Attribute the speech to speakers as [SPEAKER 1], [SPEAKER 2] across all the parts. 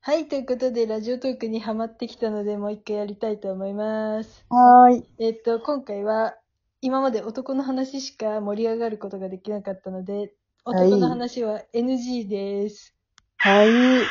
[SPEAKER 1] はい、ということで、ラジオトークにハマってきたので、もう一回やりたいと思います。
[SPEAKER 2] はーい。
[SPEAKER 1] えっと、今回は、今まで男の話しか盛り上がることができなかったので、
[SPEAKER 2] はい
[SPEAKER 1] 男の話は NG です。
[SPEAKER 2] はい。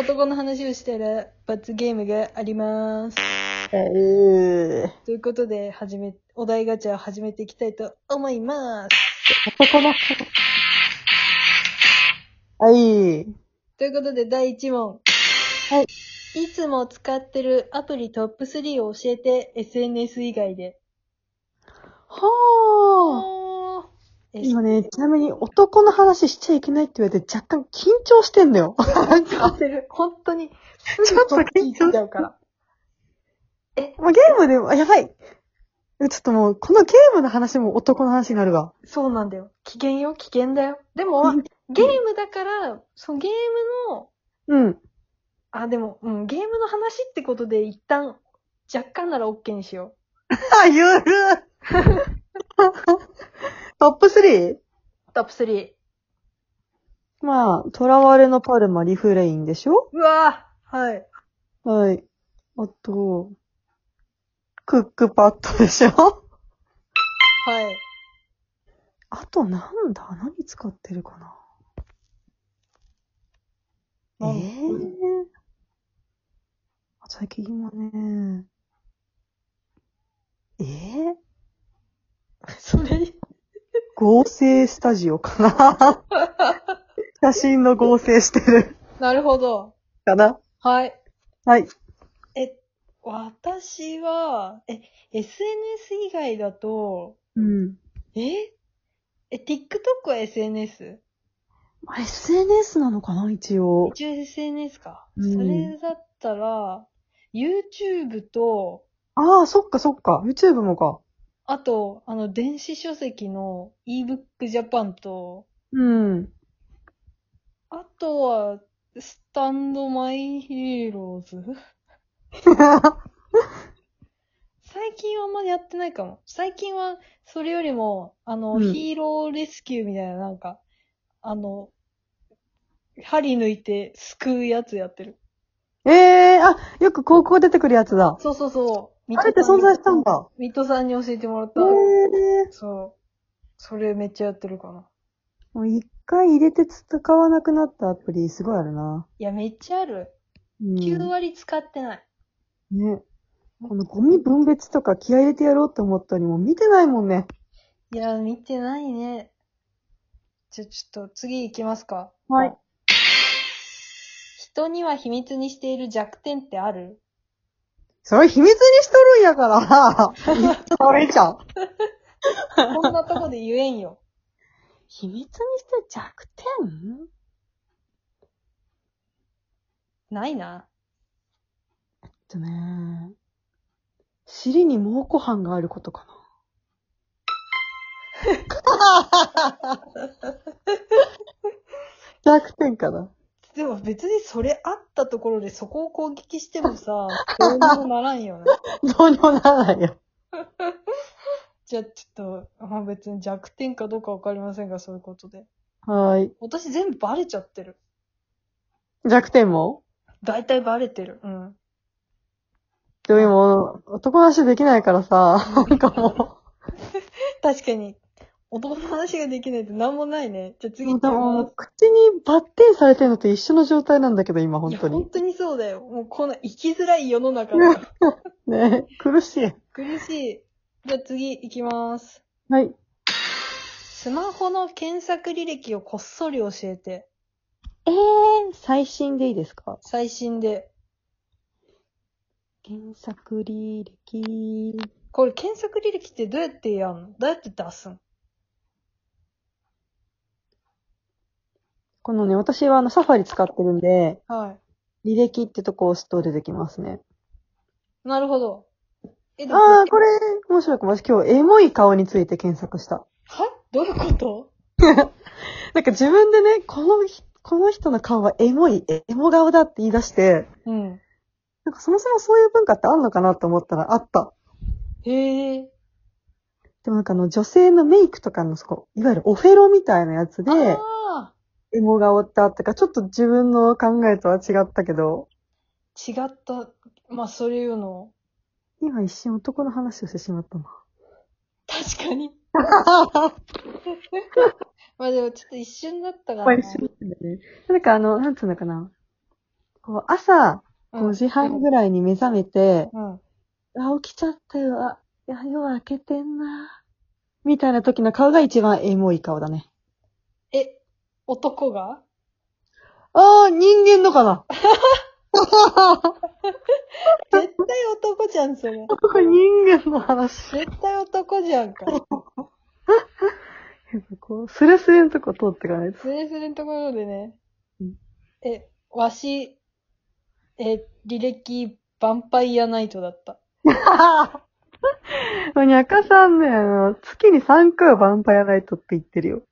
[SPEAKER 1] 男の話をしたら、罰ゲームがあります。
[SPEAKER 2] えー、
[SPEAKER 1] ということで、始め、お題ガチャを始めていきたいと思います。
[SPEAKER 2] 男の子。はい。
[SPEAKER 1] ということで、第1問。。
[SPEAKER 2] はい
[SPEAKER 1] いつも使ってるアプリトップ3を教えて、SNS 以外で。
[SPEAKER 2] はー。
[SPEAKER 1] え
[SPEAKER 2] 今ね、ちなみに男の話しちゃいけないって言われて若干緊張してんだよ。 なんか、
[SPEAKER 1] ってる。本当に。
[SPEAKER 2] ちょっと緊張
[SPEAKER 1] しちゃうから。
[SPEAKER 2] まあ、ゲームでも、あやばい。えちょっともう、このゲームの話も男の話になるわ。
[SPEAKER 1] そうなんだよ。危険よ、危険だよ。で も、
[SPEAKER 2] うん
[SPEAKER 1] ゲームだから、そのゲームの、
[SPEAKER 2] うん。
[SPEAKER 1] あ、でも、うん、ゲームの話ってことで、一旦、若干なら OK にしよ
[SPEAKER 2] あ、ゆる トップ 3?
[SPEAKER 1] う。トップ3。
[SPEAKER 2] まあ、囚われのパルマ、リフレインでしょ
[SPEAKER 1] うわぁはい。
[SPEAKER 2] はい。あと、クックパッドでしょ
[SPEAKER 1] はい。
[SPEAKER 2] あとなんだ何使ってるか
[SPEAKER 1] な
[SPEAKER 2] なえ
[SPEAKER 1] ん
[SPEAKER 2] えー。最近今ね、えー、
[SPEAKER 1] それ、
[SPEAKER 2] 合成スタジオかな 写真の合成してる
[SPEAKER 1] なるほど。
[SPEAKER 2] かな
[SPEAKER 1] はい。
[SPEAKER 2] はい。
[SPEAKER 1] え、私は、え、SNS 以外だと、
[SPEAKER 2] うん。
[SPEAKER 1] ええ、TikTok は SNS?
[SPEAKER 2] まあ SNS なのかな一応。
[SPEAKER 1] 一応 SNS か。
[SPEAKER 2] うん
[SPEAKER 1] それだったら、YouTube と、
[SPEAKER 2] ああ、そっかそっか。YouTube もか。
[SPEAKER 1] あと、あの、電子書籍の ebook Japan と、
[SPEAKER 2] うん。
[SPEAKER 1] あとは、スタンドマイヒーローズ最近はあんまりやってないかも。最近は、それよりも、あの、
[SPEAKER 2] うん
[SPEAKER 1] ヒーローレスキューみたいな、なんか、あの、針抜いて救うやつやってる。
[SPEAKER 2] ええー、あ、よく高校出てくるやつだ。
[SPEAKER 1] そうそうそう。
[SPEAKER 2] あれって存在したんだ。
[SPEAKER 1] ミトさんに教えてもらっ
[SPEAKER 2] え
[SPEAKER 1] た。
[SPEAKER 2] え
[SPEAKER 1] そう。それめっちゃやってるかな。
[SPEAKER 2] もう一回入れて使わなくなったアプリ、すごいあるな。
[SPEAKER 1] いや、めっちゃある。
[SPEAKER 2] うん、
[SPEAKER 1] 9割使ってない。
[SPEAKER 2] ね。このゴミ分別とか気合入れてやろうと思ったのにもう見てないもんね。
[SPEAKER 1] いや、見てないね。じゃ、ちょっと次行きますか。
[SPEAKER 2] はい。
[SPEAKER 1] 人には秘密にしている弱点ってある
[SPEAKER 2] それ秘密にしとるんやから。 それじゃん。
[SPEAKER 1] こんなとこで言えんよ。
[SPEAKER 2] 秘密にして弱点
[SPEAKER 1] ないな。
[SPEAKER 2] えっとね、尻に猛虎斑があることかな。 弱点かな。
[SPEAKER 1] でも別にそれあったところでそこを攻撃しても さ、どうにもならんよね。
[SPEAKER 2] どうにもならないよ。
[SPEAKER 1] じゃあちょっと、まあ、別に弱点かどうかわかりませんが、そういうことで。
[SPEAKER 2] はーい。
[SPEAKER 1] 私全部バレちゃってる。
[SPEAKER 2] 弱点も
[SPEAKER 1] 大体バレてる。 うん。
[SPEAKER 2] でも今、男の話できないからさ、なんかも
[SPEAKER 1] 確かに、男の話ができないとなんもないね。じゃあ
[SPEAKER 2] う、
[SPEAKER 1] 次
[SPEAKER 2] も
[SPEAKER 1] 行
[SPEAKER 2] う
[SPEAKER 1] きます
[SPEAKER 2] 口にバッテンされてるのと一緒の状態なんだけど、今、本
[SPEAKER 1] いや
[SPEAKER 2] 当に
[SPEAKER 1] 本。当にそうだよ。もうこんな生きづらい世の中だ から。
[SPEAKER 2] ね苦しい。
[SPEAKER 1] 苦しい。じゃあ次行きます。
[SPEAKER 2] はい。
[SPEAKER 1] スマホの検索履歴をこっそり教えて。
[SPEAKER 2] えー、最新でいいですか
[SPEAKER 1] 最新で。
[SPEAKER 2] 検索履歴。
[SPEAKER 1] これ検索履歴ってどうやってやんのどうやって出すん
[SPEAKER 2] このね、私はあの、サファリ使ってるんで、
[SPEAKER 1] は
[SPEAKER 2] 履歴ってとこを押すと出てきますね。
[SPEAKER 1] い。なるほど。え、でも、
[SPEAKER 2] あー、これ、面白く、私今日、エモい顔について検索した。
[SPEAKER 1] はどういうこと
[SPEAKER 2] なんか自分でね、このひ、この人の顔はエモい、エモ顔だって言い出して、
[SPEAKER 1] うん。
[SPEAKER 2] なんかそもそもそういう文化ってあんのかなと思ったらあった。
[SPEAKER 1] へえ。
[SPEAKER 2] でもなんかあの、女性のメイクとかのそこ、いわゆるオフェロみたいなやつで、
[SPEAKER 1] ああ。
[SPEAKER 2] エモがおったとか、ちょっと自分の考えとは違ったけど、
[SPEAKER 1] 違った、まあそういうの、
[SPEAKER 2] 今一瞬男の話をしてしまった な。
[SPEAKER 1] 確かに。まあでもちょっと一瞬だったから
[SPEAKER 2] まあ
[SPEAKER 1] な。
[SPEAKER 2] 一緒だよね。なんかあの、なんつうのかな。こう、朝
[SPEAKER 1] うん
[SPEAKER 2] 5時半ぐらいに目覚めて、
[SPEAKER 1] うん。
[SPEAKER 2] あ、起きちゃったよ。あ、いや、夜明けてんな。みたいな時の顔が一番エモい顔だね。
[SPEAKER 1] え、男 が
[SPEAKER 2] ああ、人間のか な。
[SPEAKER 1] 絶対男じゃん、それ。
[SPEAKER 2] これ人間の話。
[SPEAKER 1] 絶対男じゃんか。
[SPEAKER 2] こう、スレスレのとこ通ってかないと。
[SPEAKER 1] スレスレのところでね
[SPEAKER 2] うん。
[SPEAKER 1] え、わし、え、履歴、ヴァンパイアナイトだった。
[SPEAKER 2] にゃかさんね、あの、月に3回はヴァンパイアナイトって言ってるよ。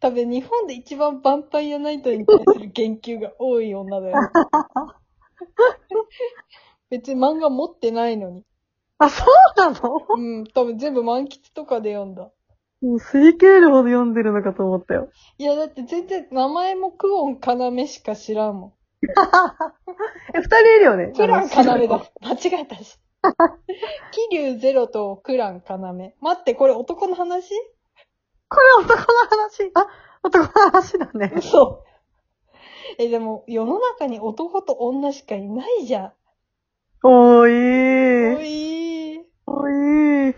[SPEAKER 1] 多分日本で一番ヴァンパイアナイトに対する言及が多い女 だよ。別に漫画持ってないのに。
[SPEAKER 2] あ、そうなの
[SPEAKER 1] うん、多分全部満喫とかで読んだ。
[SPEAKER 2] もう吸い切れるほど読んでるのかと思ったよ。
[SPEAKER 1] いや、だって全然名前もクオン要しか知らんも
[SPEAKER 2] え、二人いるよね
[SPEAKER 1] ん。。クラン要
[SPEAKER 2] あの
[SPEAKER 1] だ。間違えたし。 キリュウゼロとクラン要。待って、これ男の話
[SPEAKER 2] これ男の話。あ、男の話だね。
[SPEAKER 1] 嘘。え、でも、世の中に男と女しかいないじゃ
[SPEAKER 2] お
[SPEAKER 1] ん。
[SPEAKER 2] ー
[SPEAKER 1] お
[SPEAKER 2] い。
[SPEAKER 1] いー。
[SPEAKER 2] おい。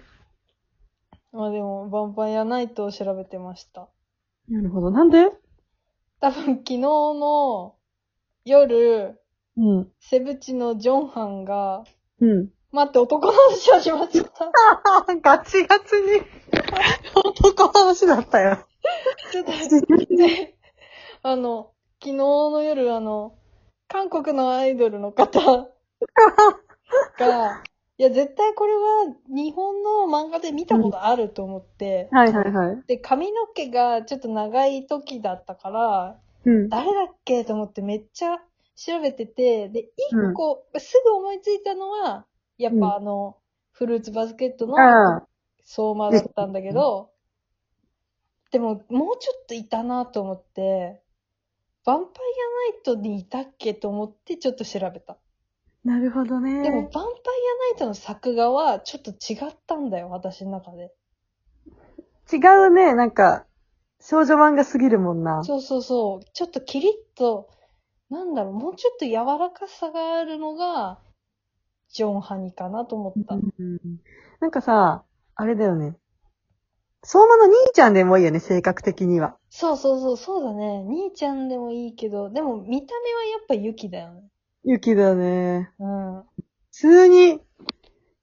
[SPEAKER 1] まあでも、ヴァンパイアナイトを調べてました。
[SPEAKER 2] なるほど。なんで
[SPEAKER 1] 多分、昨日の夜、
[SPEAKER 2] うん。
[SPEAKER 1] セブチのジョンハンが、
[SPEAKER 2] うん。
[SPEAKER 1] 待って、男の話をしました。
[SPEAKER 2] あー ガチガチに男の話だったよ。
[SPEAKER 1] ちょっと待ってで、あの、昨日の夜、あの、韓国のアイドルの方が、いや、絶対これは日本の漫画で見たことあると思って、
[SPEAKER 2] はいはいはい。
[SPEAKER 1] で、髪の毛がちょっと長い時だったから、
[SPEAKER 2] うん。
[SPEAKER 1] 誰だっけと思ってめっちゃ調べてて、で、一個、すぐ思いついたのは、やっ
[SPEAKER 2] うん
[SPEAKER 1] ぱあの、フルーツバスケットの
[SPEAKER 2] ああ。
[SPEAKER 1] 相馬だったんだけど、でも、もうちょっといたなと思って、ヴァンパイアナイトにいたっけと思ってちょっと調べた。
[SPEAKER 2] なるほ
[SPEAKER 1] でも、
[SPEAKER 2] ど
[SPEAKER 1] ヴァンパ
[SPEAKER 2] ね。
[SPEAKER 1] イアナイトの作画はちょっと違ったんだよ、私の中で。
[SPEAKER 2] 違うね。なんか、少女漫画すぎるもんな。
[SPEAKER 1] そうそうそう。ちょっとキリッと、なんだろう、もうちょっと柔らかさがあるのが、ジョンハニかなと思った。
[SPEAKER 2] うんなんかさ、あれだよね。相馬の兄ちゃんでもいいよね、性格的には。
[SPEAKER 1] そうそうそう、そうだね。兄ちゃんでもいいけど、でも見た目はやっぱユキだよね。
[SPEAKER 2] ユキだね。
[SPEAKER 1] うん。
[SPEAKER 2] 普通に、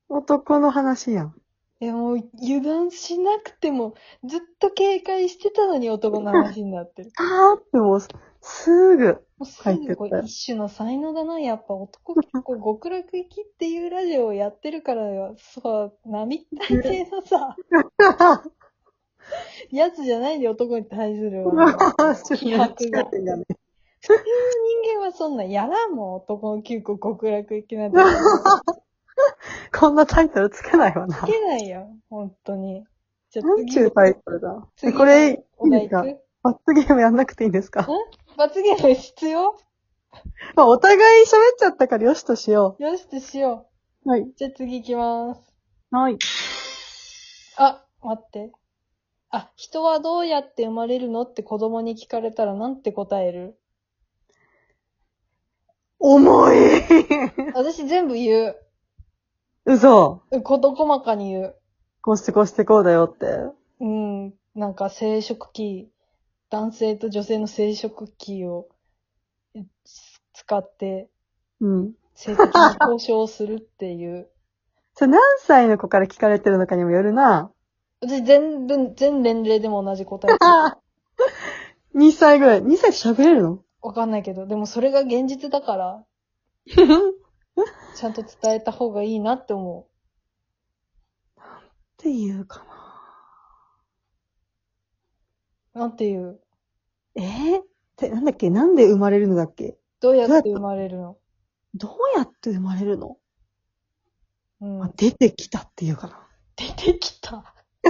[SPEAKER 2] 男の話やん。
[SPEAKER 1] でも、油断しなくても、ずっと警戒してたのに男の話になって る。
[SPEAKER 2] あーってもう、すぐ。
[SPEAKER 1] もうすぐこれ一種の才能だな。やっぱ男結構極楽行きっていうラジオをやってるからよ。そう、並大抵のさ、やつじゃないで男に対す るわ。気迫が。人間はそんなやらんもん、男の9個極楽行きなんて。
[SPEAKER 2] こんなタイトルつけないわな
[SPEAKER 1] つ。けないよ、本当に。じゃ
[SPEAKER 2] なんちゅうタイトルだ。
[SPEAKER 1] 次
[SPEAKER 2] これ、い
[SPEAKER 1] お
[SPEAKER 2] い
[SPEAKER 1] 題
[SPEAKER 2] です
[SPEAKER 1] 行
[SPEAKER 2] か
[SPEAKER 1] く
[SPEAKER 2] 罰ゲームやんなくていいんですか
[SPEAKER 1] 罰ゲーム必要
[SPEAKER 2] まあ、お互い喋っちゃったからよしとしよ
[SPEAKER 1] よしとしよ
[SPEAKER 2] う。はい。
[SPEAKER 1] う。じゃあ次行きます。
[SPEAKER 2] はい。
[SPEAKER 1] あ、待って。あ、人はどうやって生まれるのって子供に聞かれたらなんて答える
[SPEAKER 2] 重い
[SPEAKER 1] 私全部言
[SPEAKER 2] 嘘。
[SPEAKER 1] う。こと細かに言う。
[SPEAKER 2] こうしてこうしてこうだよって。
[SPEAKER 1] うん。なんか生殖器、男性と女性の生殖器をえ使って
[SPEAKER 2] うん。
[SPEAKER 1] 性的な交渉をするっていう。
[SPEAKER 2] それ何歳の子から聞かれてるのかにもよるな。
[SPEAKER 1] 私全部、全年齢でも同じ答え。
[SPEAKER 2] 2歳ぐらい。2歳で喋れる の
[SPEAKER 1] わかんないけど、でもそれが現実だから、ちゃんと伝えた方がいいなって思う。
[SPEAKER 2] っていうかな。
[SPEAKER 1] なんていう。
[SPEAKER 2] えーってなんだっけなんで生まれるのだっけ
[SPEAKER 1] どうやって生まれるの
[SPEAKER 2] どうやって生まれるの、
[SPEAKER 1] うん
[SPEAKER 2] まあ。出てきたっていうか
[SPEAKER 1] 出てきた。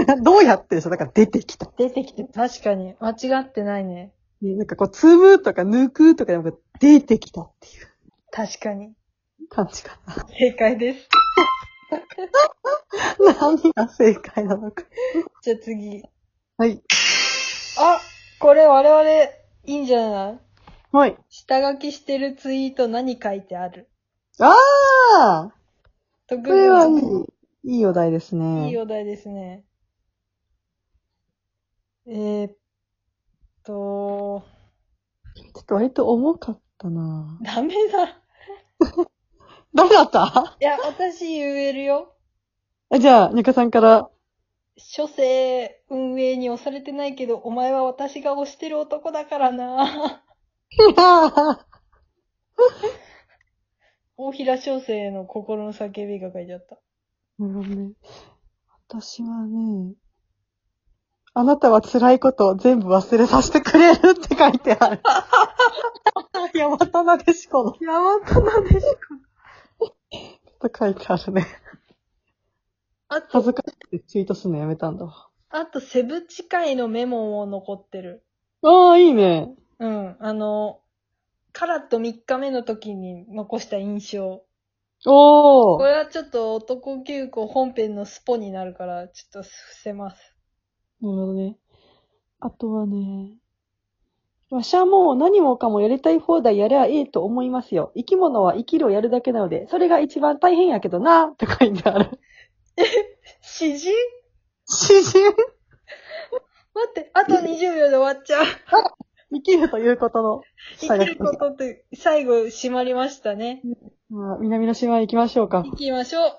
[SPEAKER 2] な。どうやってでしょだから出てきた。
[SPEAKER 1] 出てきて、確かに。間違ってないね。
[SPEAKER 2] ねなんかこう、つぶとか抜くとかでも出てきたっていう
[SPEAKER 1] 確かに。
[SPEAKER 2] 感じかな。
[SPEAKER 1] 正解です。
[SPEAKER 2] 何が正解なのか。
[SPEAKER 1] じゃあ次。
[SPEAKER 2] はい。
[SPEAKER 1] あこれ我々、いいんじゃない
[SPEAKER 2] はい。
[SPEAKER 1] 下書きしてるツイート何書いてある
[SPEAKER 2] ああ
[SPEAKER 1] 特
[SPEAKER 2] これはい
[SPEAKER 1] に
[SPEAKER 2] い、いいお題ですね。
[SPEAKER 1] いいお題ですね。えー、っと、
[SPEAKER 2] ちょっと割と重かったな
[SPEAKER 1] ダメだ。
[SPEAKER 2] 誰だった
[SPEAKER 1] いや、私言えるよ。
[SPEAKER 2] あじゃあ、ニカさんから。
[SPEAKER 1] 諸生運営に押されてないけど、お前は私が押してる男だからな。大平小生の心の叫びが書いてあった。
[SPEAKER 2] うん私はね、あなたは辛いことを全部忘れさせてくれるって書いてある。ヤマトナデシコの。
[SPEAKER 1] ヤマトナでしか。
[SPEAKER 2] と書いてあるね。
[SPEAKER 1] あ
[SPEAKER 2] 恥
[SPEAKER 1] と、
[SPEAKER 2] ずかしくてツイートするのやめたんだわ。
[SPEAKER 1] あと、セブチ会のメモも残ってる。
[SPEAKER 2] ああ、いいね。
[SPEAKER 1] うん、あの、カラット3日目の時に残した印象。
[SPEAKER 2] お
[SPEAKER 1] こ
[SPEAKER 2] ー。
[SPEAKER 1] れはちょっと男急行本編のスポになるから、ちょっと伏せます。
[SPEAKER 2] なるほどね。あとはね、わしはもう何もかもやりたい放題やりゃええと思いますよ。生き物は生きるをやるだけなので、それが一番大変やけどな、って書いてある。
[SPEAKER 1] 詩人
[SPEAKER 2] 詩人
[SPEAKER 1] 待って、あと20秒で終わっち ゃう。
[SPEAKER 2] 生きるということの。
[SPEAKER 1] 生きることって、最後、締まりましたね。
[SPEAKER 2] まあ、南の島へ行きましょうか。
[SPEAKER 1] 行きましょう。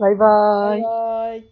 [SPEAKER 2] バイバー
[SPEAKER 1] バイ
[SPEAKER 2] イ。
[SPEAKER 1] バーイ。